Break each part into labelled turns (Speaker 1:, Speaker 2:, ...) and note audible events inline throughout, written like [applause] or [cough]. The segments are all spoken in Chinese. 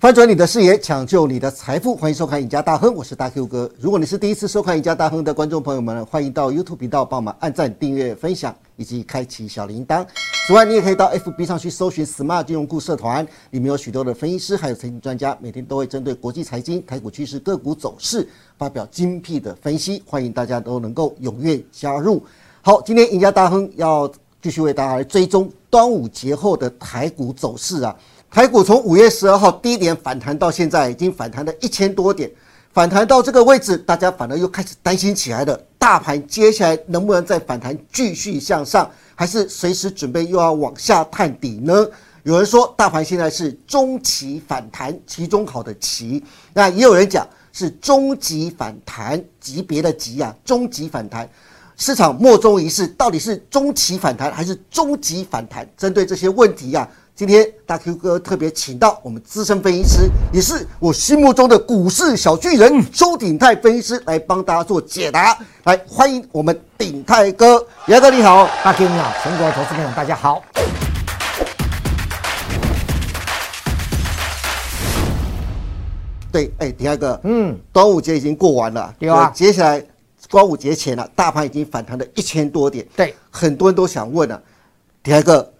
Speaker 1: 翻转你的视野，抢救你的财富，欢迎收看《赢家大亨》，我是大 Q 哥。如果你是第一次收看《赢家大亨》的观众朋友们，欢迎到 YouTube 频道帮我们按赞、订阅、分享以及开启小铃铛。此外，你也可以到 FB 上去搜寻 “Smart 金融顾社团”，里面有许多的分析师还有财经专家，每天都会针对国际财经、台股趋势、个股走势发表精辟的分析，欢迎大家都能够踊跃加入。好，今天赢家大亨要继续为大家来追踪端午节后的台股走势啊。台股从五月十二号低点反弹到现在，已经反弹了一千多点，反弹到这个位置，大家反而又开始担心起来了。大盘接下来能不能再反弹继续向上，还是随时准备又要往下探底呢？有人说大盘现在是中期反弹，期中考的期，那也有人讲是中级反弹级别的级啊，中级反弹。市场莫衷一是，到底是中期反弹还是中级反弹？针对这些问题呀、啊。今天大 Q 哥特别请到我们资深分析师，也是我心目中的股市小巨人周鼎泰分析师来帮大家做解答。来，欢迎我们鼎泰哥，杨哥你好，
Speaker 2: 大 Q 你好，全国投资朋友大家好。
Speaker 1: 对，哎、欸，鼎泰哥，嗯，端午节已经过完了，
Speaker 2: 对啊，
Speaker 1: 接下来端午节前了、啊，大盘已经反弹了一千多点，
Speaker 2: 对，
Speaker 1: 很多人都想问了、啊，鼎泰哥。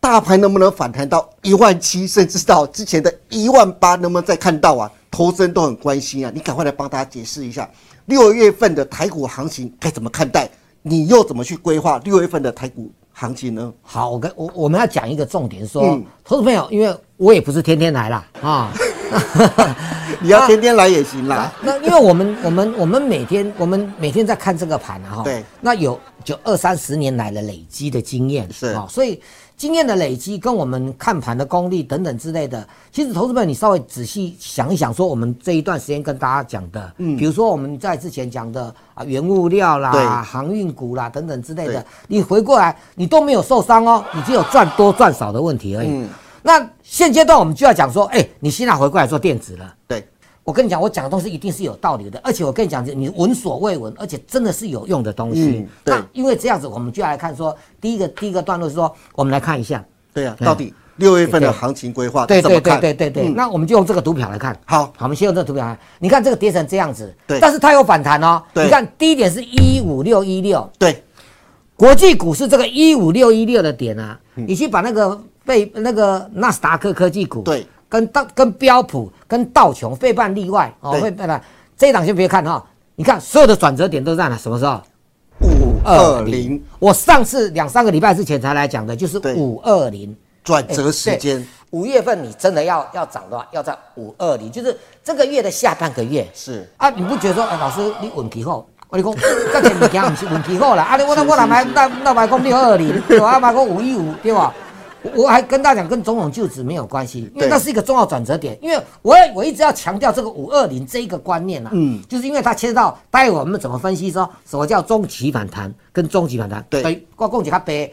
Speaker 1: 大盘能不能反弹到一万七，甚至到之前的一万八，能不能再看到啊？投资人都很关心啊，你赶快来帮大家解释一下，六月份的台股行情该怎么看待？你又怎么去规划六月份的台股行情呢？
Speaker 2: 好，我跟我我们要讲一个重点說，说、嗯、投资朋友，因为我也不是天天来啦啊，
Speaker 1: [laughs] 你要天天来也行啦。
Speaker 2: 啊、 [laughs] 那因为我们我们我们每天我们每天在看这个盘啊，
Speaker 1: 对，
Speaker 2: 那有就二三十年来的累积的经验
Speaker 1: 是
Speaker 2: 啊，所以。经验的累积跟我们看盘的功力等等之类的，其实投资们你稍微仔细想一想，说我们这一段时间跟大家讲的，嗯，比如说我们在之前讲的啊，原物料啦、航运股啦等等之类的，你回过来你都没有受伤哦，你只有赚多赚少的问题而已。嗯、那现阶段我们就要讲说，哎、欸，你现在回过来做电子了，
Speaker 1: 对
Speaker 2: 我跟你讲，我讲的东西一定是有道理的，而且我跟你讲，你闻所未闻，而且真的是有用的东西。
Speaker 1: 嗯、对，
Speaker 2: 那因为这样子，我们就来看说，第一个第一个段落是说，我们来看一下，
Speaker 1: 对呀、啊，到底六月份的行情规划
Speaker 2: 对
Speaker 1: 对
Speaker 2: 对对对对、嗯，那我们就用这个图表来看。
Speaker 1: 好，好
Speaker 2: 我们先用这个图表来看，你看这个跌成这样子，
Speaker 1: 对，
Speaker 2: 但是它有反弹哦。
Speaker 1: 对，
Speaker 2: 你看低点是一五六一六，
Speaker 1: 对，
Speaker 2: 国际股市这个一五六一六的点啊、嗯，你去把那个被那个纳斯达克科技股
Speaker 1: 对。
Speaker 2: 跟道跟标普跟道琼费半例外哦，费半呢这一档先别看哈、哦，你看所有的转折点都在哪？什么时候？
Speaker 1: 五二零。
Speaker 2: 我上次两三个礼拜之前才来讲的，就是五二零
Speaker 1: 转折时间。
Speaker 2: 五、欸、月份你真的要要涨的话，要在五二零，就是这个月的下半个月。
Speaker 1: 是
Speaker 2: 啊，你不觉得说，哎、欸，老师你稳皮后？我讲， [laughs] 这个物件不是稳皮后啦，啊，你我那我哪买那那买讲六二零，对吧？买讲五一五，对吧？我还跟大家讲，跟总统就职没有关系，因为那是一个重要转折点。因为我我一直要强调这个五二零这一个观念啊，嗯，就是因为它牵涉到待会我们怎么分析说什么叫中期反弹跟中期反弹。
Speaker 1: 对，
Speaker 2: 我讲一较白，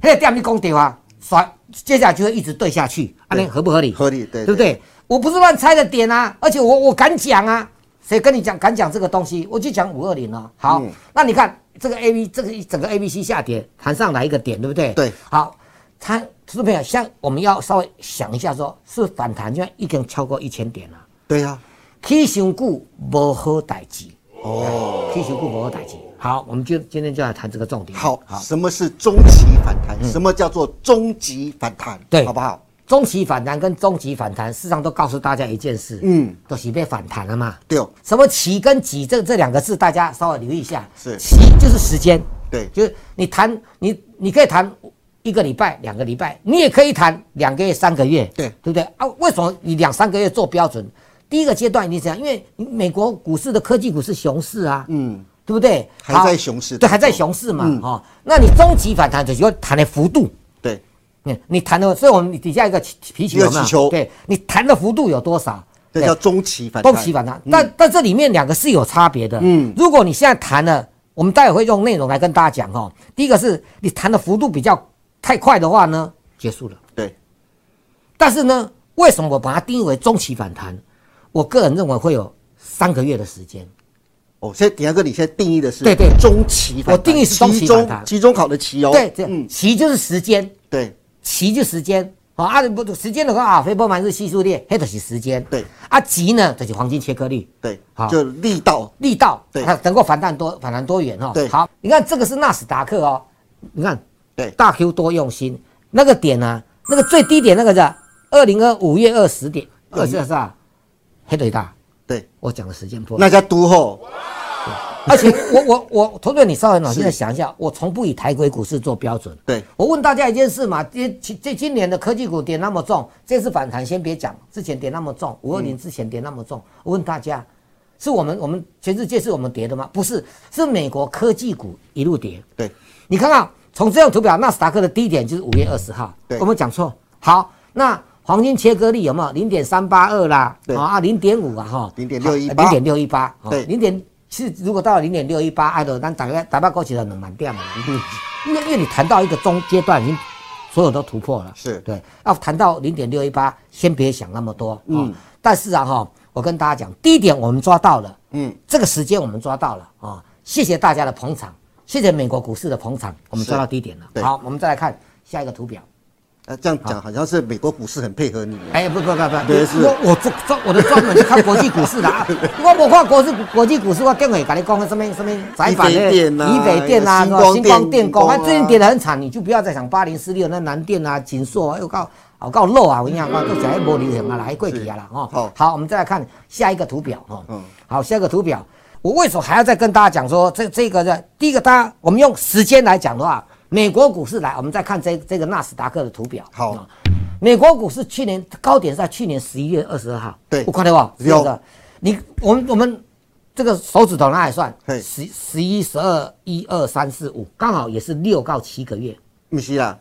Speaker 2: 那个店你讲对啊，甩接下来就会一直对下去，安尼合不合理？
Speaker 1: 合理，对，
Speaker 2: 对不对？我不是乱猜的点啊，而且我我敢讲啊，谁跟你讲敢讲这个东西，我就讲五二零了。好、嗯，那你看这个 A B 这个整个 A B C 下跌，弹上来一个点，对不对？
Speaker 1: 对，
Speaker 2: 好。它是不是像我们要稍微想一下說，说是反弹，就已经超过一千点了。
Speaker 1: 对呀、啊，
Speaker 2: 起上股无好代志。
Speaker 1: 哦，
Speaker 2: 起上股无好代志。好，我们就今天就来谈这个重点。
Speaker 1: 好，好，什么是中期反弹、嗯？什么叫做中级反弹？
Speaker 2: 对，
Speaker 1: 好不好？
Speaker 2: 中期反弹跟中级反弹，事实上都告诉大家一件事，嗯，都、就是被反弹了嘛。
Speaker 1: 对、哦，
Speaker 2: 什么期跟几这这两个字，大家稍微留意一下。
Speaker 1: 是，
Speaker 2: 期就是时间，
Speaker 1: 对，
Speaker 2: 就是你谈你你可以谈。一个礼拜、两个礼拜，你也可以谈两个月、三个月，
Speaker 1: 对
Speaker 2: 对不对啊？为什么你两三个月做标准？第一个阶段你这样，因为美国股市的科技股是熊市啊，嗯，对不对？
Speaker 1: 还在熊市，
Speaker 2: 对，还在熊市嘛，哈、嗯哦。那你中期反弹就是要谈的幅度，
Speaker 1: 对，
Speaker 2: 你嗯你谈的，所以我们底下一个皮球有没有？对，你谈的幅度有多少？
Speaker 1: 这叫中期反
Speaker 2: 弹。中期反弹，嗯、但但这里面两个是有差别的，嗯，如果你现在谈了，我们待会会用内容来跟大家讲哦。第一个是你谈的幅度比较。太快的话呢，结束了。
Speaker 1: 对，
Speaker 2: 但是呢，为什么我把它定义为中期反弹？我个人认为会有三个月的时间。
Speaker 1: 哦，所以迪亚哥，你现在定义的是
Speaker 2: 对对
Speaker 1: 中期反
Speaker 2: 我定义是中期反弹，嗯
Speaker 1: 期中考的期哦。
Speaker 2: 对，期就是时间。
Speaker 1: 对，
Speaker 2: 期就时间。好啊，不时间的话啊，飞波盘是系数列，黑的是时间。
Speaker 1: 对，
Speaker 2: 啊，急呢就是黄金切割率。
Speaker 1: 对
Speaker 2: 好，
Speaker 1: 就力道
Speaker 2: 力道，
Speaker 1: 对
Speaker 2: 它能够反弹多反弹多远哦。
Speaker 1: 对
Speaker 2: 好，你看这个是纳斯达克哦，你看
Speaker 1: 对
Speaker 2: 大 Q 多用心，那个点啊，那个最低点那个是二零二五月二十点，
Speaker 1: 嗯
Speaker 2: 二十二是啊，黑对大，
Speaker 1: 对，
Speaker 2: 我讲的时间破，
Speaker 1: 那家都后
Speaker 2: [laughs] 而且我我我，投资人你稍微脑筋
Speaker 1: 是
Speaker 2: 再想一下，我从不以台股股市做标准。
Speaker 1: 对
Speaker 2: 我问大家一件事嘛，这这今年的科技股跌那么重，这次反弹先别讲，之前跌那么重，
Speaker 1: 嗯
Speaker 2: 五二零之前跌那么重，我问大家，是我们我们全世界是我们跌的吗？不是，是美国科技股一路跌。
Speaker 1: 对
Speaker 2: 你看看从这张图表，纳斯达克的低点就是五月二十号，
Speaker 1: 对
Speaker 2: 我没有讲错。好，那黄金切割率有没有零点三八二啦？
Speaker 1: 对
Speaker 2: 啊，零点五啊哈，
Speaker 1: 0.618
Speaker 2: 零点六一八，哦
Speaker 1: 对
Speaker 2: 零点是如果到了零点六一八，哎，就咱大概打败过去了两万点嘛。因为因为你谈到一个中阶段，已经所有都突破了，
Speaker 1: 是
Speaker 2: 对。要谈到零点六一八，先别想那么多。嗯，但是啊哈，我跟大家讲，第一点我们抓到了，
Speaker 1: 嗯，
Speaker 2: 这个时间我们抓到了啊、谢谢大家的捧场，谢谢美国股市的捧场，我们
Speaker 1: 是
Speaker 2: 抓到低点了。
Speaker 1: 对
Speaker 2: 好，我们再来看下一个图表。
Speaker 1: 呃，这样讲好像是美国股市很配合你。
Speaker 2: 哎，不不不不，
Speaker 1: 对是
Speaker 2: 我我专专我的专门去看国际股市的啊，
Speaker 1: [laughs]
Speaker 2: 我我看国际国际股市，我定会跟你讲什么什么窄板
Speaker 1: 台
Speaker 2: 的
Speaker 1: 北电啊
Speaker 2: 以北电啊，
Speaker 1: 星
Speaker 2: 什
Speaker 1: 光
Speaker 2: 么星
Speaker 1: 电
Speaker 2: 光电工
Speaker 1: 光啊
Speaker 2: 啊，最近跌得很惨，你就不要再想八零四六那南电啊、锦硕啊，又告哦告漏啊，我跟你讲，我都讲一波流行啊，来贵体啊啦哦。
Speaker 1: 好
Speaker 2: 好，我们再来看下一个图表哦。
Speaker 1: 嗯
Speaker 2: 好，下一个图表，我为什么还要再跟大家讲说这这个呢？第一个，大家我们用时间来讲的话，美国股市来，我们再看这这个纳斯达克的图表。
Speaker 1: 好
Speaker 2: 哦美国股市去年高点是在去年十一月二十二号，
Speaker 1: 对
Speaker 2: 我看到吧？
Speaker 1: 有
Speaker 2: 是的，你我们我们这个手指头拿来算
Speaker 1: 嘿，
Speaker 2: 十十一、十二、一二三四五，刚好也是六到七个月。
Speaker 1: 不是啊啦，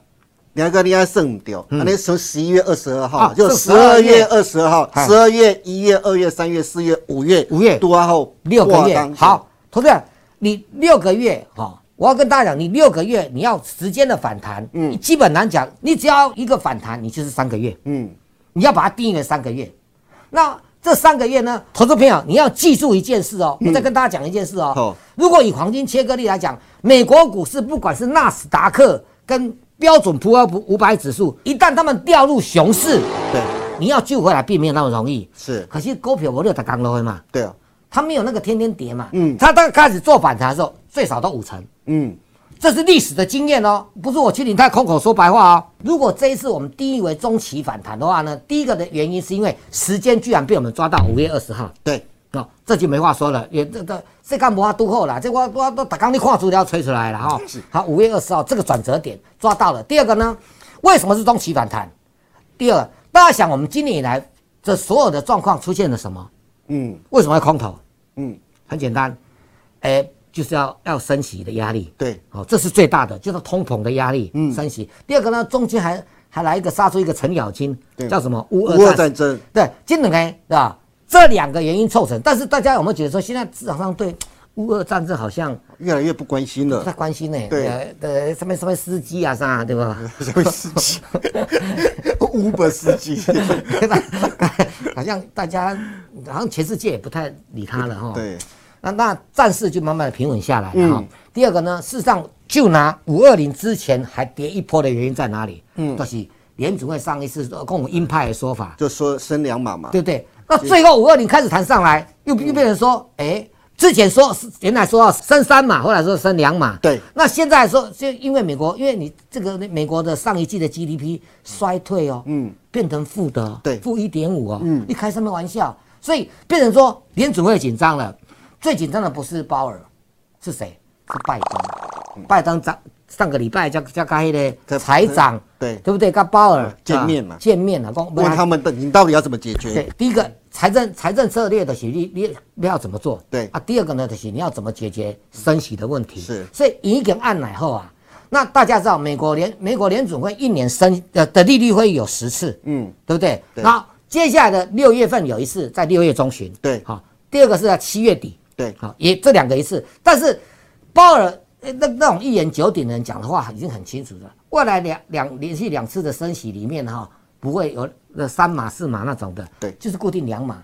Speaker 1: 梁哥你还算唔掉，
Speaker 2: 嗯
Speaker 1: 那从十一月二十二号
Speaker 2: 啊
Speaker 1: 就
Speaker 2: 这
Speaker 1: 十二
Speaker 2: 12
Speaker 1: 月
Speaker 2: 月
Speaker 1: 二十二号，
Speaker 2: 哎
Speaker 1: 十二月、一月、二月、三月、四月、五月、
Speaker 2: 五月
Speaker 1: 多后
Speaker 2: 六个月
Speaker 1: 哇。
Speaker 2: 好，投资人，你六个月哈、我要跟大家讲，你六个月你要时间的反弹，嗯，基本来讲，你只要一个反弹，你就是三个月，
Speaker 1: 嗯，
Speaker 2: 你要把它定义为三个月。那这三个月呢，投资朋友你要记住一件事哦，我再跟大家讲一件事哦。
Speaker 1: 嗯好
Speaker 2: 如果以黄金切割率来讲，美国股市不管是纳斯达克跟标准普尔五百指数，一旦他们掉入熊市，
Speaker 1: 对，
Speaker 2: 你要救回来并没有那么容易。
Speaker 1: 是，
Speaker 2: 可是股票我六打刚落去嘛，
Speaker 1: 对啊，
Speaker 2: 它没有那个天天跌嘛，
Speaker 1: 嗯
Speaker 2: 嗯，它刚开始做反弹的时候最少都五成，
Speaker 1: 嗯，
Speaker 2: 这是历史的经验哦，不是我去领太空口说白话哦。如果这一次我们定义为中期反弹的话呢，第一个的原因是因为时间居然被我们抓到五月二十号，
Speaker 1: 对，
Speaker 2: 哦，这就没话说了，也这这这干不法都后啦，这我我都打刚你跨出要吹出来了哈、好，五月二十号这个转折点抓到了。第二个呢，为什么是中期反弹？第二，大家想我们今年以来这所有的状况出现了什么？
Speaker 1: 嗯
Speaker 2: 为什么要空头？
Speaker 1: 嗯，
Speaker 2: 很简单，哎、就是要要升息的压力，
Speaker 1: 对，
Speaker 2: 哦，这是最大的，就是通膨的压力，嗯，升息。第二个呢，中间还还来一个杀出一个程咬金
Speaker 1: 对，
Speaker 2: 叫什么乌
Speaker 1: 乌
Speaker 2: 俄
Speaker 1: 俄战争，
Speaker 2: 对，金冷开，对吧？这两个原因凑成，但是大家有没有觉得说，现在市场上对乌俄战争好像
Speaker 1: 越来越不关心
Speaker 2: 不太
Speaker 1: 了。
Speaker 2: 关心呢、
Speaker 1: 对
Speaker 2: 呃，呃，什么什么司机啊啥，对吧？
Speaker 1: 什么司机？Uber 司机，
Speaker 2: 对吧？ [laughs] 好像大家好像全世界也不太理他了哈。
Speaker 1: 对，
Speaker 2: 那那战事就慢慢的平稳下来了哈、
Speaker 1: 嗯
Speaker 2: 第二个呢，事实上就拿五二零之前还跌一波的原因在哪里？嗯，就是联储会上一次说跟我们鹰派的说法，
Speaker 1: [laughs] 就说升两码嘛。嗯
Speaker 2: 对不对？那最后五二零开始弹上来，又又变成说，哎、之前说是原来说要升三码，后来说升两码，
Speaker 1: 对
Speaker 2: 那现在说，就因为美国，因为你这个美国的上一季的 GDP 衰退哦，嗯，变成负的、哦，
Speaker 1: 对
Speaker 2: 负一点五哦，嗯，你开什么玩笑？所以变成说联准会紧张了，最紧张的不是鲍尔，是谁？是拜
Speaker 1: 嗯
Speaker 2: 登。拜登上上个礼拜加加开
Speaker 1: 在
Speaker 2: 的财长，
Speaker 1: 对
Speaker 2: 对不对？跟鲍尔
Speaker 1: 见面嘛
Speaker 2: 啊见面了，讲
Speaker 1: 问他们的，你到底要怎么解决？
Speaker 2: 对，第一个财政财政策略的是你你你要怎么做？
Speaker 1: 对
Speaker 2: 啊，第二个呢就是你要怎么解决升息的问题。
Speaker 1: 是
Speaker 2: 所以一根按奶后啊，那大家知道美国联美国联准会一年升呃的利率会有十次，
Speaker 1: 嗯，
Speaker 2: 对不对？
Speaker 1: 对
Speaker 2: 然后接下来的六月份有一次，在六月中旬。
Speaker 1: 对
Speaker 2: 好，第二个是在七月底。
Speaker 1: 对
Speaker 2: 好，也这两个一次，但是鲍尔呃那那种一言九鼎的人讲的话已经很清楚了，未来两两连续两次的升息里面哈、不会有那三码四码那种的，
Speaker 1: 对
Speaker 2: 就是固定两码，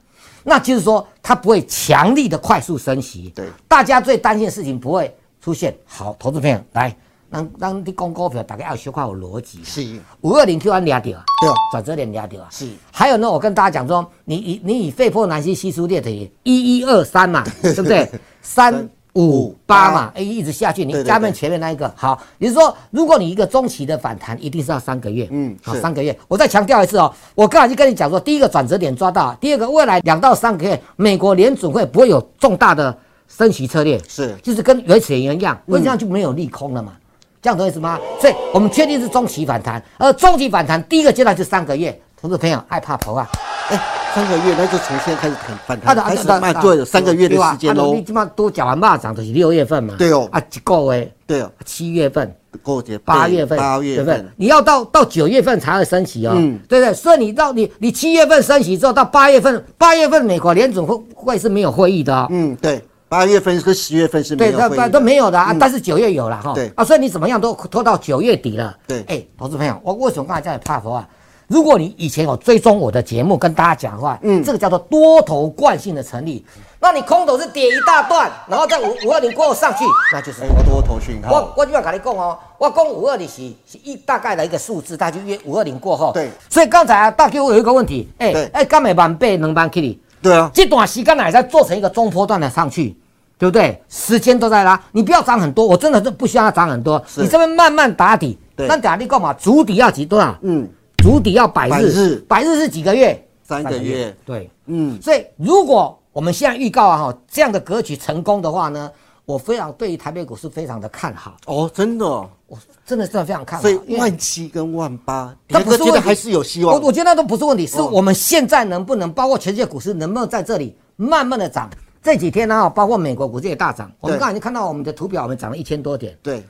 Speaker 2: 那就是说它不会强力的快速升息，
Speaker 1: 对
Speaker 2: 大家最担心的事情不会出现。好，投资朋友来，咱咱你讲股票，大概要有小块有逻辑。
Speaker 1: 是，
Speaker 2: 五二零 Q 安抓掉，
Speaker 1: 对哦，
Speaker 2: 转折点抓掉啊。
Speaker 1: 是
Speaker 2: 还有呢，我跟大家讲说，你以你以肺破南溪西苏列铁一一二三
Speaker 1: [laughs]
Speaker 2: 嘛，对不对？三五八嘛，哎，一直下去，
Speaker 1: 对
Speaker 2: 你
Speaker 1: 对
Speaker 2: 加面
Speaker 1: 对
Speaker 2: 前面那一个好，也就是说，如果你一个中期的反弹，一定是要三个月，
Speaker 1: 嗯
Speaker 2: 好，
Speaker 1: 是
Speaker 2: 三个月。我再强调一次哦，我刚才就跟你讲说，第一个转折点抓到，第二个未来两到三个月，美国联准会不会有重大的升息策略？
Speaker 1: 是嗯
Speaker 2: 就是跟原始人一样，那这样就没有利空了嘛。这样懂意思吗？所以我们确定是中期反弹，而中期反弹第一个阶段是三个月。投资朋友爱怕头啊，
Speaker 1: 哎，三个月，那就从现在开始反反
Speaker 2: 啊
Speaker 1: 弹，哎开始卖，对了，三个月的时间
Speaker 2: 啊，
Speaker 1: 喽
Speaker 2: 你。起码多讲完蚂蚱就是六月份嘛。
Speaker 1: 对哦
Speaker 2: 啊，一个月，
Speaker 1: 对哦，
Speaker 2: 七月份、
Speaker 1: 过节
Speaker 2: 八月份、
Speaker 1: 八月
Speaker 2: 对不对
Speaker 1: 份，
Speaker 2: 你要到到九月份才会升息哦。
Speaker 1: 嗯
Speaker 2: 对不对？所以你到你你七月份升息之后，到八月份，八月份美国联总会会是没有会议的哦。
Speaker 1: 嗯，对，八月份和十月份是没
Speaker 2: 对，
Speaker 1: 有
Speaker 2: 那
Speaker 1: 会议
Speaker 2: 那
Speaker 1: 的嗯
Speaker 2: 都没有的啊，但是九月有了哈。
Speaker 1: 对
Speaker 2: 啊，所以你怎么样都拖到九月底了。
Speaker 1: 对
Speaker 2: 哎，投资朋友，我为什么刚才叫你怕头啊？如果你以前有追踪我的节目，跟大家讲的话，嗯，这个叫做多头惯性的成立。那你空头是跌一大段，然后再五五二零过后上去，那就是
Speaker 1: 哎多头讯号
Speaker 2: 我。我就要跟你讲哦，我讲五二零是是一大概的一个数字，大概约五二零过后。
Speaker 1: 对
Speaker 2: 所以刚才啊，大 Q 有一个问题，哎、
Speaker 1: 对
Speaker 2: 哎，刚买万八两万 K
Speaker 1: 对啊，
Speaker 2: 这段时间来在做成一个中波段的上去，对不对？时间都在拉，你不要涨很多，我真的是不希望它涨很多。
Speaker 1: 是
Speaker 2: 你这边慢慢打底，
Speaker 1: 对
Speaker 2: 那打底干嘛？主底要几多少？
Speaker 1: 嗯，
Speaker 2: 主底要百日，
Speaker 1: 百日
Speaker 2: 百日是几个月？
Speaker 1: 三个月，
Speaker 2: 对，
Speaker 1: 嗯，
Speaker 2: 所以如果我们现在预告啊哈，这样的格局成功的话呢，我非常对于台北股市非常的看好，
Speaker 1: 哦，真的哦，
Speaker 2: 我真的真的非常看好。
Speaker 1: 所
Speaker 2: 啊
Speaker 1: 以
Speaker 2: 因为
Speaker 1: 万七跟万八，
Speaker 2: 那
Speaker 1: 两
Speaker 2: 不
Speaker 1: 个
Speaker 2: 是
Speaker 1: 觉
Speaker 2: 问
Speaker 1: 得
Speaker 2: 题
Speaker 1: 还是有希望哦
Speaker 2: 我我。觉得那都不是问题，是我们现在能不能，包括全世界股市能不能在这里慢慢的涨？这几天呢、包括美国股市也大涨。我们刚才已经看到我们的图表，我们涨了一千多点，
Speaker 1: 对，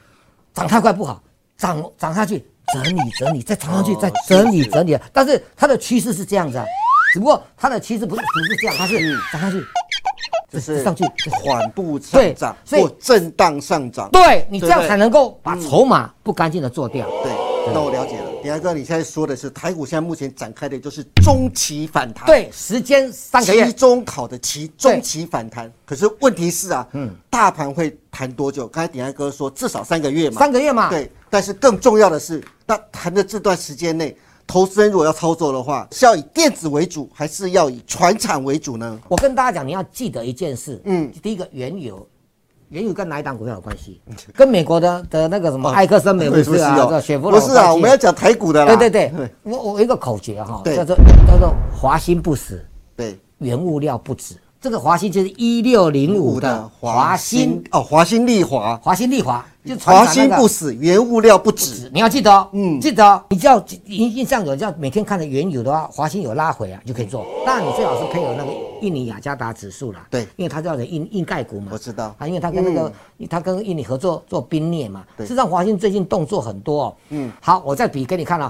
Speaker 2: 涨太快不好，涨涨下去整理整理，再涨上去
Speaker 1: 哦
Speaker 2: 再整理
Speaker 1: 是是
Speaker 2: 整理。但是它的趋势是这样子啊，只不过它的趋势不是不是这样，它是
Speaker 1: 嗯
Speaker 2: 涨上去，
Speaker 1: 就
Speaker 2: 再
Speaker 1: 是
Speaker 2: 上去，再
Speaker 1: 缓步上涨
Speaker 2: 对所以
Speaker 1: 或震荡上涨。
Speaker 2: 对你这样
Speaker 1: 对嗯
Speaker 2: 才能够把筹码不干净的做掉。
Speaker 1: 对，那我了解了。迪安哥，你现在说的是台股现在目前展开的就是中期反弹，，
Speaker 2: 对，时间三个月
Speaker 1: 期，中考的期中期反弹。可是问题是啊，嗯，大盘会弹多久？刚才迪安哥说至少三个月嘛，
Speaker 2: 三个月嘛，
Speaker 1: 对。但是更重要的是，那弹的这段时间内，投资人如果要操作的话，是要以电子为主，还是要以船产为主呢？
Speaker 2: 我跟大家讲，你要记得一件事，
Speaker 1: 嗯
Speaker 2: 嗯，第一个原油，原油跟哪一档股票有关
Speaker 1: [laughs]
Speaker 2: 系？跟美国的的那个什么埃哦克森美孚是啊，这雪
Speaker 1: 不
Speaker 2: 佛龙
Speaker 1: 哦是啊，我们要
Speaker 2: 要
Speaker 1: 讲台股的啦。
Speaker 2: 对对对，我我有一个口诀哈，
Speaker 1: 对
Speaker 2: 叫做叫做华兴不死，
Speaker 1: 对，
Speaker 2: 原物料不止。这个华兴就是一六零五的华兴，
Speaker 1: 哦，华兴丽华，
Speaker 2: 华兴丽华，就传
Speaker 1: 华
Speaker 2: 产
Speaker 1: 兴
Speaker 2: 那个
Speaker 1: 不死，原物料不止。
Speaker 2: 你要记得哦，
Speaker 1: 嗯
Speaker 2: 嗯，记得哦，你只要印印象有，这样每天看着原油的话，华兴有拉回啊，你就可以做。当然你最好是配合那个印尼雅加达指数啦，
Speaker 1: 对
Speaker 2: 因为它叫做印印盖股嘛，
Speaker 1: 我知道嗯
Speaker 2: 啊，因为它跟那个、它跟印尼合作做冰镍嘛，
Speaker 1: 对
Speaker 2: 事实上华兴最近动作很多哦，嗯，好，我再比给你看啊、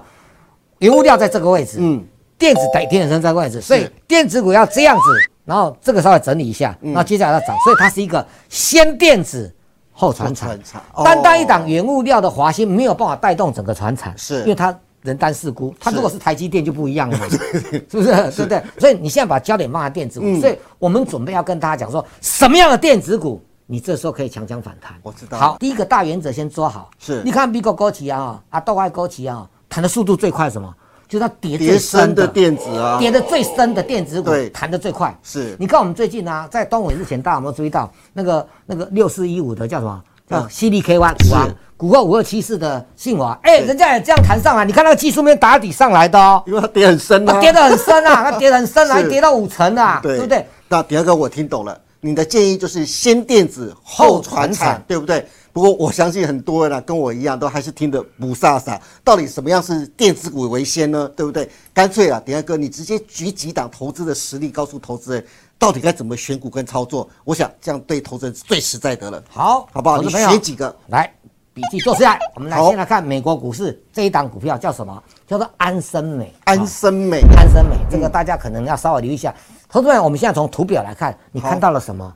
Speaker 2: 原物料在这个位置，
Speaker 1: 嗯
Speaker 2: 嗯，电子在电子在这个位置，所以电子股要这样子，然后这个稍微整理一下，
Speaker 1: 嗯
Speaker 2: 然后接下来要涨，所以它是一个先电子后船
Speaker 1: 后
Speaker 2: 产
Speaker 1: 船产，
Speaker 2: 单单一
Speaker 1: 哦
Speaker 2: 档原物料的华兴没有办法带动整个船产，
Speaker 1: 是
Speaker 2: 因为它人单势孤。它
Speaker 1: 是
Speaker 2: 如果是台积电就不一样
Speaker 1: [laughs]
Speaker 2: 了嘛， [laughs] 是不是？对不对？所以你现在把焦点放在电子股，
Speaker 1: 嗯
Speaker 2: 所以我们准备要跟大家讲说，什么样的电子股，你这时候可以强强反弹。
Speaker 1: 我知道
Speaker 2: 好，第一个大原则先做好。
Speaker 1: 是
Speaker 2: 你看美国国企啊，啊，豆外国企啊，弹的速度最快是什么？就是它跌
Speaker 1: 叠
Speaker 2: 最
Speaker 1: 升
Speaker 2: 深
Speaker 1: 的
Speaker 2: 的。
Speaker 1: 电子啊，
Speaker 2: 跌的最深的电子股
Speaker 1: 对
Speaker 2: 弹的最快，
Speaker 1: 是
Speaker 2: 你看我们最近啊，在端午之前，大家有没有注意到那个那个六四一五的叫什么？叫
Speaker 1: 嗯
Speaker 2: 犀利 KY 股啊
Speaker 1: 是，
Speaker 2: 股后五二七四的信华，哎、
Speaker 1: 对
Speaker 2: 人家也这样弹上来，你看那个技术面打底上来的哦，
Speaker 1: 因为它跌很深
Speaker 2: 它
Speaker 1: 啊，
Speaker 2: 跌得很深啊，它跌得很深啊，
Speaker 1: 是
Speaker 2: 还跌到五成啊，
Speaker 1: 对
Speaker 2: 对不对？？
Speaker 1: 那第二个我听懂了，你的建议就是先电子后传
Speaker 2: 后传
Speaker 1: 产
Speaker 2: 产，
Speaker 1: 对不对？不过我相信很多人啊，跟我一样，都还是听得不飒飒。到底什么样是电子股为先呢？对不对？干脆啊，迪二哥，你直接举几档投资的实力，告诉投资人到底该怎么选股跟操作。我想这样对投资人是最实在的了。
Speaker 2: 好，
Speaker 1: 好不好
Speaker 2: 投资
Speaker 1: 你
Speaker 2: 朋友
Speaker 1: 写几个
Speaker 2: 来笔记做下来，我们来
Speaker 1: 好
Speaker 2: 先来看美国股市这一档股票叫什么？叫做安森美，
Speaker 1: 安森美，
Speaker 2: 安森美，
Speaker 1: 嗯
Speaker 2: 这个大家可能要稍微留意一下。投资朋友，我们现在从图表来看，你
Speaker 1: 好
Speaker 2: 看到了什么？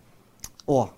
Speaker 1: 哇，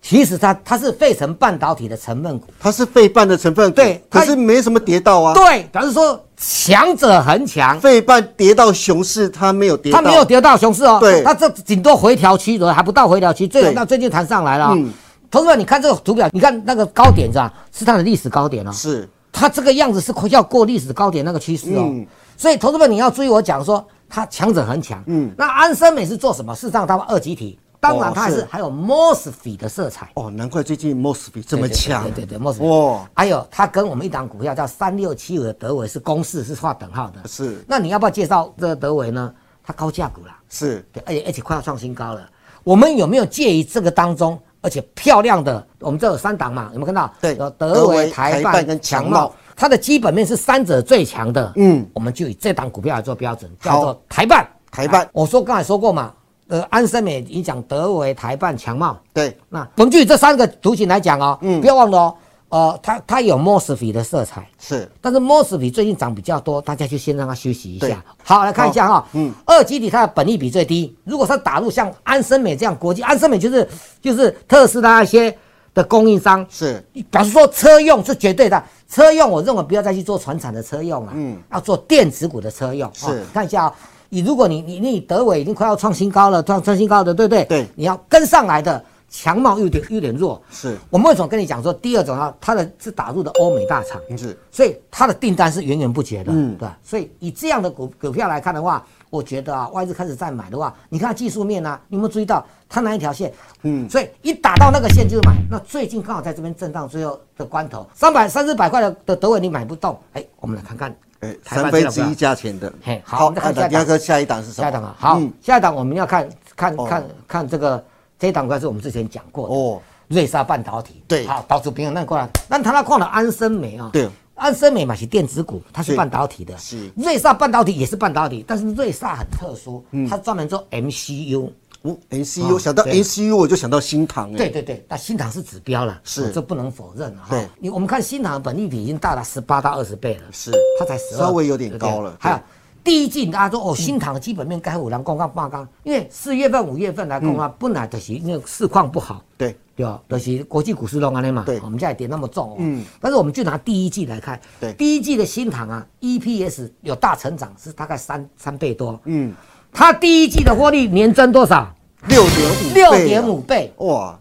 Speaker 2: 其实它它是费城半导体的成分股，
Speaker 1: 它是费半的成分股，
Speaker 2: 对
Speaker 1: 可
Speaker 2: 它
Speaker 1: 是没什么跌到啊。
Speaker 2: 对，表示说强者恒强，
Speaker 1: 费半跌到熊市，它没有跌到，
Speaker 2: 它没有跌到熊市哦，
Speaker 1: 对
Speaker 2: 它这顶多回调区，还不到回调区，最
Speaker 1: 对
Speaker 2: 那最近弹上来了哦、
Speaker 1: 嗯
Speaker 2: 投资者，你看这个图表，你看那个高点啊是吧？是它的历史高点哦。
Speaker 1: 是
Speaker 2: 它这个样子是要过历史高点那个趋势哦。
Speaker 1: 嗯
Speaker 2: 所以投资们你要注意我讲说，它强者很强。嗯，那安森美是做什么？事实上，它们二级体，当然它还
Speaker 1: 哦
Speaker 2: 是
Speaker 1: 是
Speaker 2: 还有 mosfet 的色彩。
Speaker 1: 哦，难怪最近 m o s b y 这么
Speaker 2: 对对对
Speaker 1: 强，
Speaker 2: 对对对 mosfet。
Speaker 1: 哇，
Speaker 2: 还有它跟我们一档股票叫三六七五的德维是公式是画等号的。
Speaker 1: 是
Speaker 2: 那你要不要介绍这个德维呢？它高价股啦。
Speaker 1: 是
Speaker 2: 对，而且而且快要创新高了。我们有没有介于这个当中？而且漂亮的，我们这有三档嘛，有没有看到？
Speaker 1: 对
Speaker 2: 有
Speaker 1: 德
Speaker 2: 德
Speaker 1: 维
Speaker 2: 维、
Speaker 1: 台
Speaker 2: 台
Speaker 1: 办
Speaker 2: 办
Speaker 1: 跟
Speaker 2: 跟
Speaker 1: 强
Speaker 2: 强
Speaker 1: 茂
Speaker 2: 茂，它的基本面是三者最强的。
Speaker 1: 嗯
Speaker 2: 嗯，我们就以这档股票来做标准，
Speaker 1: 好
Speaker 2: 叫做台办。
Speaker 1: 台办
Speaker 2: 啊我说刚才说过嘛，呃，安森美影响德维、台办、强茂，
Speaker 1: 对，
Speaker 2: 那我们就以这三个图形来讲哦，不要忘了哦，呃，它它有 mosfet 的色彩，
Speaker 1: 是
Speaker 2: 但是 mosfet 最近涨比较多，大家就先让它休息一
Speaker 1: 对
Speaker 2: 下。好，来看一下哈、
Speaker 1: 嗯
Speaker 2: 嗯，二级体它的本益比最低，如果它打入像安森美这样国际，安森美就是就是特斯拉一些的供应商，
Speaker 1: 是
Speaker 2: 表示说车用是绝对的，车用我认为不要再去做船产的车用了，
Speaker 1: 嗯
Speaker 2: 嗯，要做电子股的车用。
Speaker 1: 是
Speaker 2: 看一下哦，你如果你你你德伟已经快要创新高了，创创新高的，对不对？
Speaker 1: 对
Speaker 2: 你要跟上来的。强貌有点有点弱，
Speaker 1: 是
Speaker 2: 我们为什么跟你讲说，第二种啊，它的是打入的欧美大厂，
Speaker 1: 是
Speaker 2: 所以它的订单是源源不绝的，
Speaker 1: 嗯
Speaker 2: 对吧所以以这样的股股票来看的话，我觉得啊，外资开始在买的话，你看技术面啊，你有没有注意到它那一条线？
Speaker 1: 嗯
Speaker 2: 所以一打到那个线就是买。那最近刚好在这边震荡最后的关头，三百三四百块的的德伟你买不动，哎，我们来看看，
Speaker 1: 哎，
Speaker 2: 台
Speaker 1: 三
Speaker 2: 湾这
Speaker 1: 分
Speaker 2: 两
Speaker 1: 之
Speaker 2: 个啊
Speaker 1: 一价钱的
Speaker 2: 嘿，好
Speaker 1: 好，啊
Speaker 2: 我们再
Speaker 1: 那
Speaker 2: 看下一
Speaker 1: 第二
Speaker 2: 档
Speaker 1: 个下一档是什么？
Speaker 2: 下一档啊，好，
Speaker 1: 嗯
Speaker 2: 下一档我们要看看
Speaker 1: 哦
Speaker 2: 看看这个这一档股票是我们之前讲过的
Speaker 1: 哦
Speaker 2: 哦，瑞莎半导体，
Speaker 1: 对
Speaker 2: 好，导致平衡那过来，那它那矿的安森美啊，
Speaker 1: 对。
Speaker 2: 安森美嘛是电子股，它是
Speaker 1: 对
Speaker 2: 半导体的，
Speaker 1: 是
Speaker 2: 瑞萨半导体也是半导体，但是瑞萨很特殊，
Speaker 1: 嗯
Speaker 2: 它专门做 MCU，
Speaker 1: 哦，NCU
Speaker 2: 啊
Speaker 1: 想到
Speaker 2: 对
Speaker 1: NCU 我就想到新塘，哎
Speaker 2: 对，对对，那新塘是指标了，
Speaker 1: 是
Speaker 2: 哦这不能否认了哈
Speaker 1: 对
Speaker 2: 你我们看新塘的本利比已经大达十八到二十倍了，
Speaker 1: 是
Speaker 2: 它才十二，
Speaker 1: 稍微有点高了
Speaker 2: 对不对还有
Speaker 1: 对
Speaker 2: 第一季大家说哦，新塘的基本面该五郎公告八刚，因为四月份、五月份来
Speaker 1: 嗯
Speaker 2: 公啊，本来就是因为市况不好，
Speaker 1: 对，
Speaker 2: 对吧？就是国际股市弄安尼嘛，
Speaker 1: 嗯对
Speaker 2: 我们家也跌那么重、哦，
Speaker 1: 嗯
Speaker 2: 嗯，但是我们就拿第一季来看，
Speaker 1: 对
Speaker 2: 第一季的新塘啊，EPS 有大成长，是大概三三倍多，
Speaker 1: 嗯，
Speaker 2: 它第一季的获利年增多少？
Speaker 1: 六点五，啊
Speaker 2: 六点五，倍，
Speaker 1: 哇，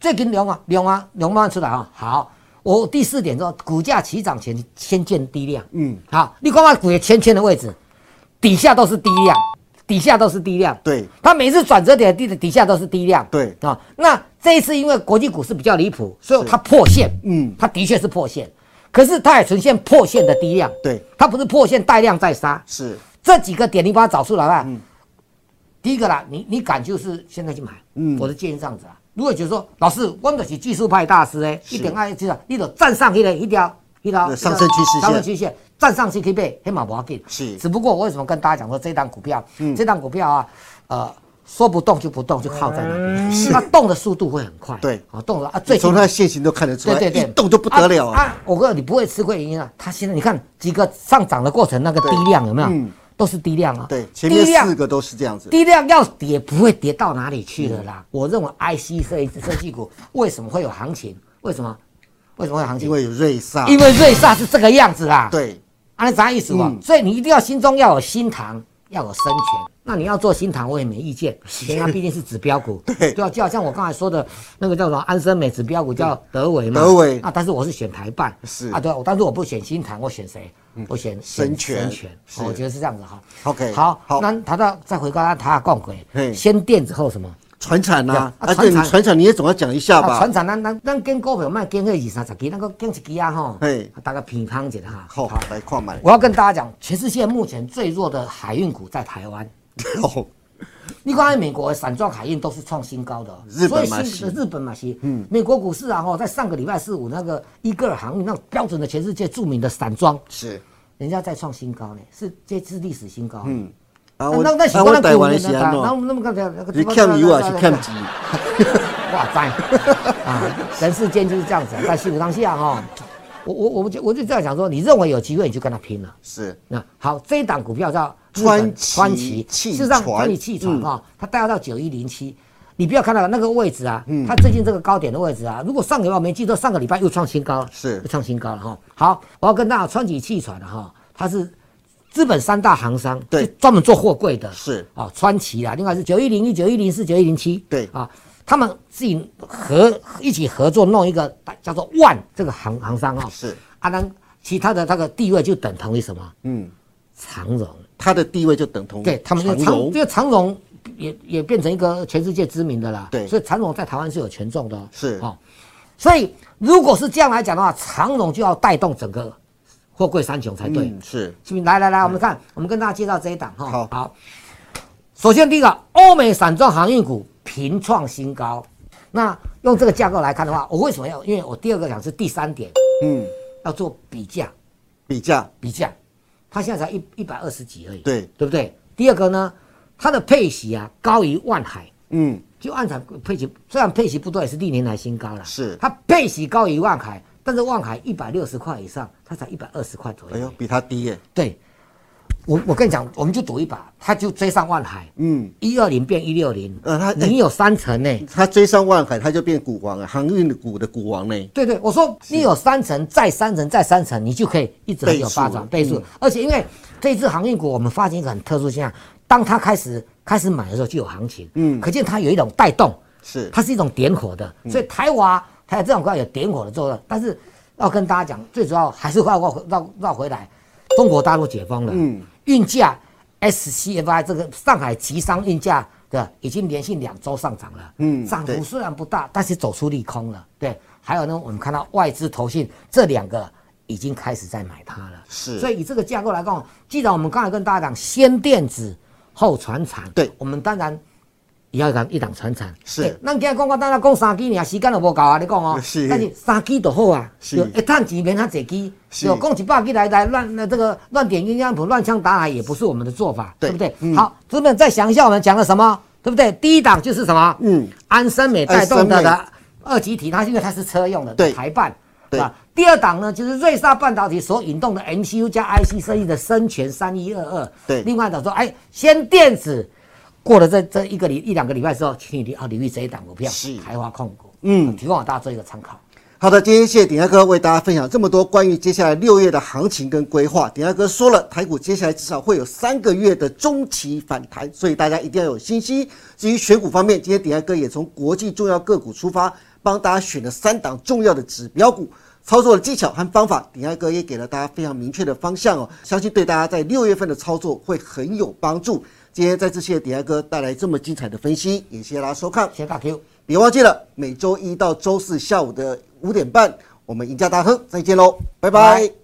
Speaker 2: 最近量啊量啊量慢慢出来啊、好。我第四点说，股价起涨前先见低量。
Speaker 1: 嗯
Speaker 2: 嗯，好，你看看股的圈圈的位置，底下都是低量，底下都是低量。
Speaker 1: 对
Speaker 2: 它每次转折点的底底下都是低量。
Speaker 1: 对
Speaker 2: 啊、那这一次因为国际股市比较离谱，所以它破线。
Speaker 1: 嗯
Speaker 2: 嗯，它的确是破线，可是它也呈现破线的低量。
Speaker 1: 对，
Speaker 2: 它不是破线带量再杀。
Speaker 1: 是
Speaker 2: 这几个点你把它找出来吧。
Speaker 1: 嗯
Speaker 2: 第一个啦，你你敢就是现在去买，
Speaker 1: 嗯
Speaker 2: 我的建议这样子啊。如果就是说老师，我们是技术派大师诶，一点二就是你得站上去嘞，一条一条
Speaker 1: 那上升趋势线
Speaker 2: 上升趋势线站上去可以被黑马不要紧。
Speaker 1: 是嗯
Speaker 2: 只不过我为什么跟大家讲说这档股票，这档股票啊，呃。说不动就不动，就靠在那边。它动的速度会很快。
Speaker 1: 嗯对
Speaker 2: 啊，动了啊，最起
Speaker 1: 从
Speaker 2: 码
Speaker 1: 它的现形都看得出来，
Speaker 2: 对对对，
Speaker 1: 一动就不得了
Speaker 2: 啊！
Speaker 1: 啊，
Speaker 2: 啊我告诉你，不会吃亏原因啊，它现在你看几个上涨的过程，那个低量有没有？
Speaker 1: 嗯
Speaker 2: 都是低量啊。
Speaker 1: 对，前面
Speaker 2: 低量
Speaker 1: 四个都是这样子，
Speaker 2: 低量要跌不会跌到哪里去的
Speaker 1: 嗯
Speaker 2: 啦。我认为 IC 设计设计股为什么会有行情？为什么？为什么会有行情？
Speaker 1: 因为有瑞萨，
Speaker 2: 因为瑞萨是这个样子啦。。
Speaker 1: 对，
Speaker 2: 啊，那啥意思嘛？
Speaker 1: 嗯
Speaker 2: 所以你一定要心中要有新塘，要有深全。那你要做新塘，我也没意见，人家毕竟是指标股，
Speaker 1: [laughs]
Speaker 2: 啊
Speaker 1: 对
Speaker 2: 就就好像我刚才说的那个叫什么安森美指标股叫德伟嘛，
Speaker 1: 德伟
Speaker 2: 啊，但是我是选台办，
Speaker 1: 是嗯
Speaker 2: 啊，对，我但是我不选新塘，我选谁？我选
Speaker 1: 深全
Speaker 2: 选深全，
Speaker 1: 是
Speaker 2: 好我觉得是这样子哈。
Speaker 1: OK，
Speaker 2: 好，
Speaker 1: 好
Speaker 2: 那谈到再回到他他共轨
Speaker 1: 嘿，
Speaker 2: 先电子后什么？
Speaker 1: 船产呐，
Speaker 2: 对啊
Speaker 1: 啊，对，
Speaker 2: 船
Speaker 1: 你
Speaker 2: 产
Speaker 1: 船产你也总要讲一下
Speaker 2: 啊，
Speaker 1: 吧
Speaker 2: 船，长，咱咱咱跟股票卖跟个二三十支，那个跟一支啊吼
Speaker 1: 嘿，
Speaker 2: 大概平乓一下哈。
Speaker 1: 好，来矿买，
Speaker 2: 我要跟大家讲，全世界目前最弱的海运股在台湾。
Speaker 1: [laughs] 哦，
Speaker 2: 你看，美国的散装海运都是创新高的哦，
Speaker 1: 日本嘛
Speaker 2: 所以
Speaker 1: 是
Speaker 2: 新日本马西，嗯，美国股市啊，哈，在上个礼拜四五那个伊戈尔航运那种标准的全世界著名的散装，
Speaker 1: 是，
Speaker 2: 人家在创新高呢，是这是历史新高。嗯，
Speaker 1: 啊
Speaker 2: 那
Speaker 1: 我
Speaker 2: 那那
Speaker 1: 啊
Speaker 2: 是我
Speaker 1: 我
Speaker 2: 那
Speaker 1: 台湾的
Speaker 2: 是
Speaker 1: 是安
Speaker 2: 那
Speaker 1: 喏，
Speaker 2: 那么刚才那个
Speaker 1: 是欠油啊，是欠钱，
Speaker 2: 哇塞！啊，人世间就是这样子、啊，在幸福当下哈、我我我就我就这样想说，你认为有机会，你就跟他拼了。
Speaker 1: [laughs] 是
Speaker 2: 那好，这一档股票叫日
Speaker 1: 川
Speaker 2: 本
Speaker 1: 崎
Speaker 2: 川崎，
Speaker 1: 汽
Speaker 2: 事实上
Speaker 1: 船嗯
Speaker 2: 川崎汽船啊、它带到九一零七，你不要看到那个位置啊，
Speaker 1: 嗯
Speaker 2: 它最近这个高点的位置啊，如果上个礼拜我没记错，上个礼拜又创新高了，
Speaker 1: 是
Speaker 2: 又创新高了哈、好，我要跟大家川崎汽船了啊哈、它是资本三大行商，
Speaker 1: 对
Speaker 2: 就专门做货柜的，哦
Speaker 1: 是
Speaker 2: 啊、川崎啦，另外是九一零一、九一零四、九一零七，
Speaker 1: 对
Speaker 2: 啊。他们自己合一起合作弄一个叫做万这个行行商啊、哦，
Speaker 1: 是
Speaker 2: 啊，那其他的那个地位就等同于什么
Speaker 1: 嗯，
Speaker 2: 长荣，
Speaker 1: 它的地位就等同
Speaker 2: 对他们就
Speaker 1: 长
Speaker 2: 长
Speaker 1: 荣
Speaker 2: 因为长荣也也变成一个全世界知名的啦，
Speaker 1: 对
Speaker 2: 所以长荣在台湾是有权重的、哦，
Speaker 1: 是
Speaker 2: 哦，所以如果是这样来讲的话，长荣就要带动整个货柜三雄才对。
Speaker 1: 嗯是
Speaker 2: 是不是？来来来，我们看，我们跟大家介绍这一档哈。
Speaker 1: 好
Speaker 2: 首先第一个，欧美散装航运股平创新高。那用这个架构来看的话，我为什么要？因为我第二个讲是第三点，
Speaker 1: 嗯
Speaker 2: 要做比价，
Speaker 1: 比价
Speaker 2: 比价。它现在才一一百二十几而已，
Speaker 1: 对
Speaker 2: 对不对？第二个呢，它的配息啊高于万海，
Speaker 1: 嗯
Speaker 2: 就按产配息，虽然配息不多，也是历年来新高了。
Speaker 1: 是
Speaker 2: 它配息高于万海，但是万海一百六十块以上，它才一百二十块左右。
Speaker 1: 哎呦比它低耶
Speaker 2: 对，我我跟你讲，我们就赌一把，他就追上万海，
Speaker 1: 嗯
Speaker 2: 一二零变一六零，
Speaker 1: 呃哎他
Speaker 2: 你有三成呢、
Speaker 1: 它追上万海它就变股王了啊航运股的股王呢
Speaker 2: 对对，我说你有三成，再三成，再三成，你就可以一直很有发展
Speaker 1: 倍
Speaker 2: 倍
Speaker 1: 数
Speaker 2: 数。嗯而且因为这一次航运股，我们发现一个很特殊现象，当它开始开始买的时候就有行情，
Speaker 1: 嗯
Speaker 2: 嗯，可见它有一种带动，
Speaker 1: 是嗯
Speaker 2: 它是一种点火的，所以台华还有这种股票有点火的作用。但是要跟大家讲，最主要还是绕绕绕绕回来，中国大陆解封了，
Speaker 1: 嗯
Speaker 2: 运价 SCFI 这个上海集商运价的已经连续两周上涨了，
Speaker 1: 嗯
Speaker 2: 涨
Speaker 1: 对
Speaker 2: 幅虽然不大，但是走出利空了，对。还有呢，我们看到外资投信这两个已经开始在买它了，
Speaker 1: 是
Speaker 2: 所以以这个架构来讲，既然我们刚才跟大家讲先电子后传产，
Speaker 1: 对
Speaker 2: 我们当然。也要讲一档传产，
Speaker 1: 是
Speaker 2: 欸咱今日讲到，咱讲三支尔，时间都无够啊！你讲哦，
Speaker 1: 是
Speaker 2: 但是三支就好啊，
Speaker 1: 是
Speaker 2: 就一探钱免他几支，
Speaker 1: 是
Speaker 2: 就讲一百支来来乱那这个乱点鸳鸯谱、乱枪打海也不是我们的做法，
Speaker 1: 对
Speaker 2: 对不对？
Speaker 1: 嗯
Speaker 2: 好，这边再想一下我们讲了什么，对不对？第一档就是什么？
Speaker 1: 嗯，
Speaker 2: 安森美带动
Speaker 1: 安
Speaker 2: 的
Speaker 1: 森
Speaker 2: 的二级体，它因为它是车用的，
Speaker 1: 对
Speaker 2: 台办。
Speaker 1: 对
Speaker 2: 吧第二档呢，就是瑞萨半导体所引动的 MCU 加 IC 设计的生全三一二二。
Speaker 1: 对
Speaker 2: 另外一档说，哎，先电子过了这这一个礼一两个礼拜之后，请你要啊留意这一档股票，
Speaker 1: 是
Speaker 2: 台华控股，啊
Speaker 1: 嗯
Speaker 2: 提供给大家做一个参考。
Speaker 1: 好的，今天谢谢鼎泰哥为大家分享这么多关于接下来六月的行情跟规划。鼎泰哥说了，台股接下来至少会有三个月的中期反弹，所以大家一定要有信心。至于选股方面，今天鼎泰哥也从国际重要个股出发，帮大家选了三档重要的指标股。操作的技巧和方法，鼎泰哥也给了大家非常明确的方向哦，相信对大家在六月份的操作会很有帮助。今天再次谢谢鼎泰哥带来这么精彩的分析，也谢谢大家收看。
Speaker 2: 谢谢大 Q。
Speaker 1: 别忘记了每周一到周四下午的五点半，我们赢家大亨再见喽，拜拜
Speaker 2: 拜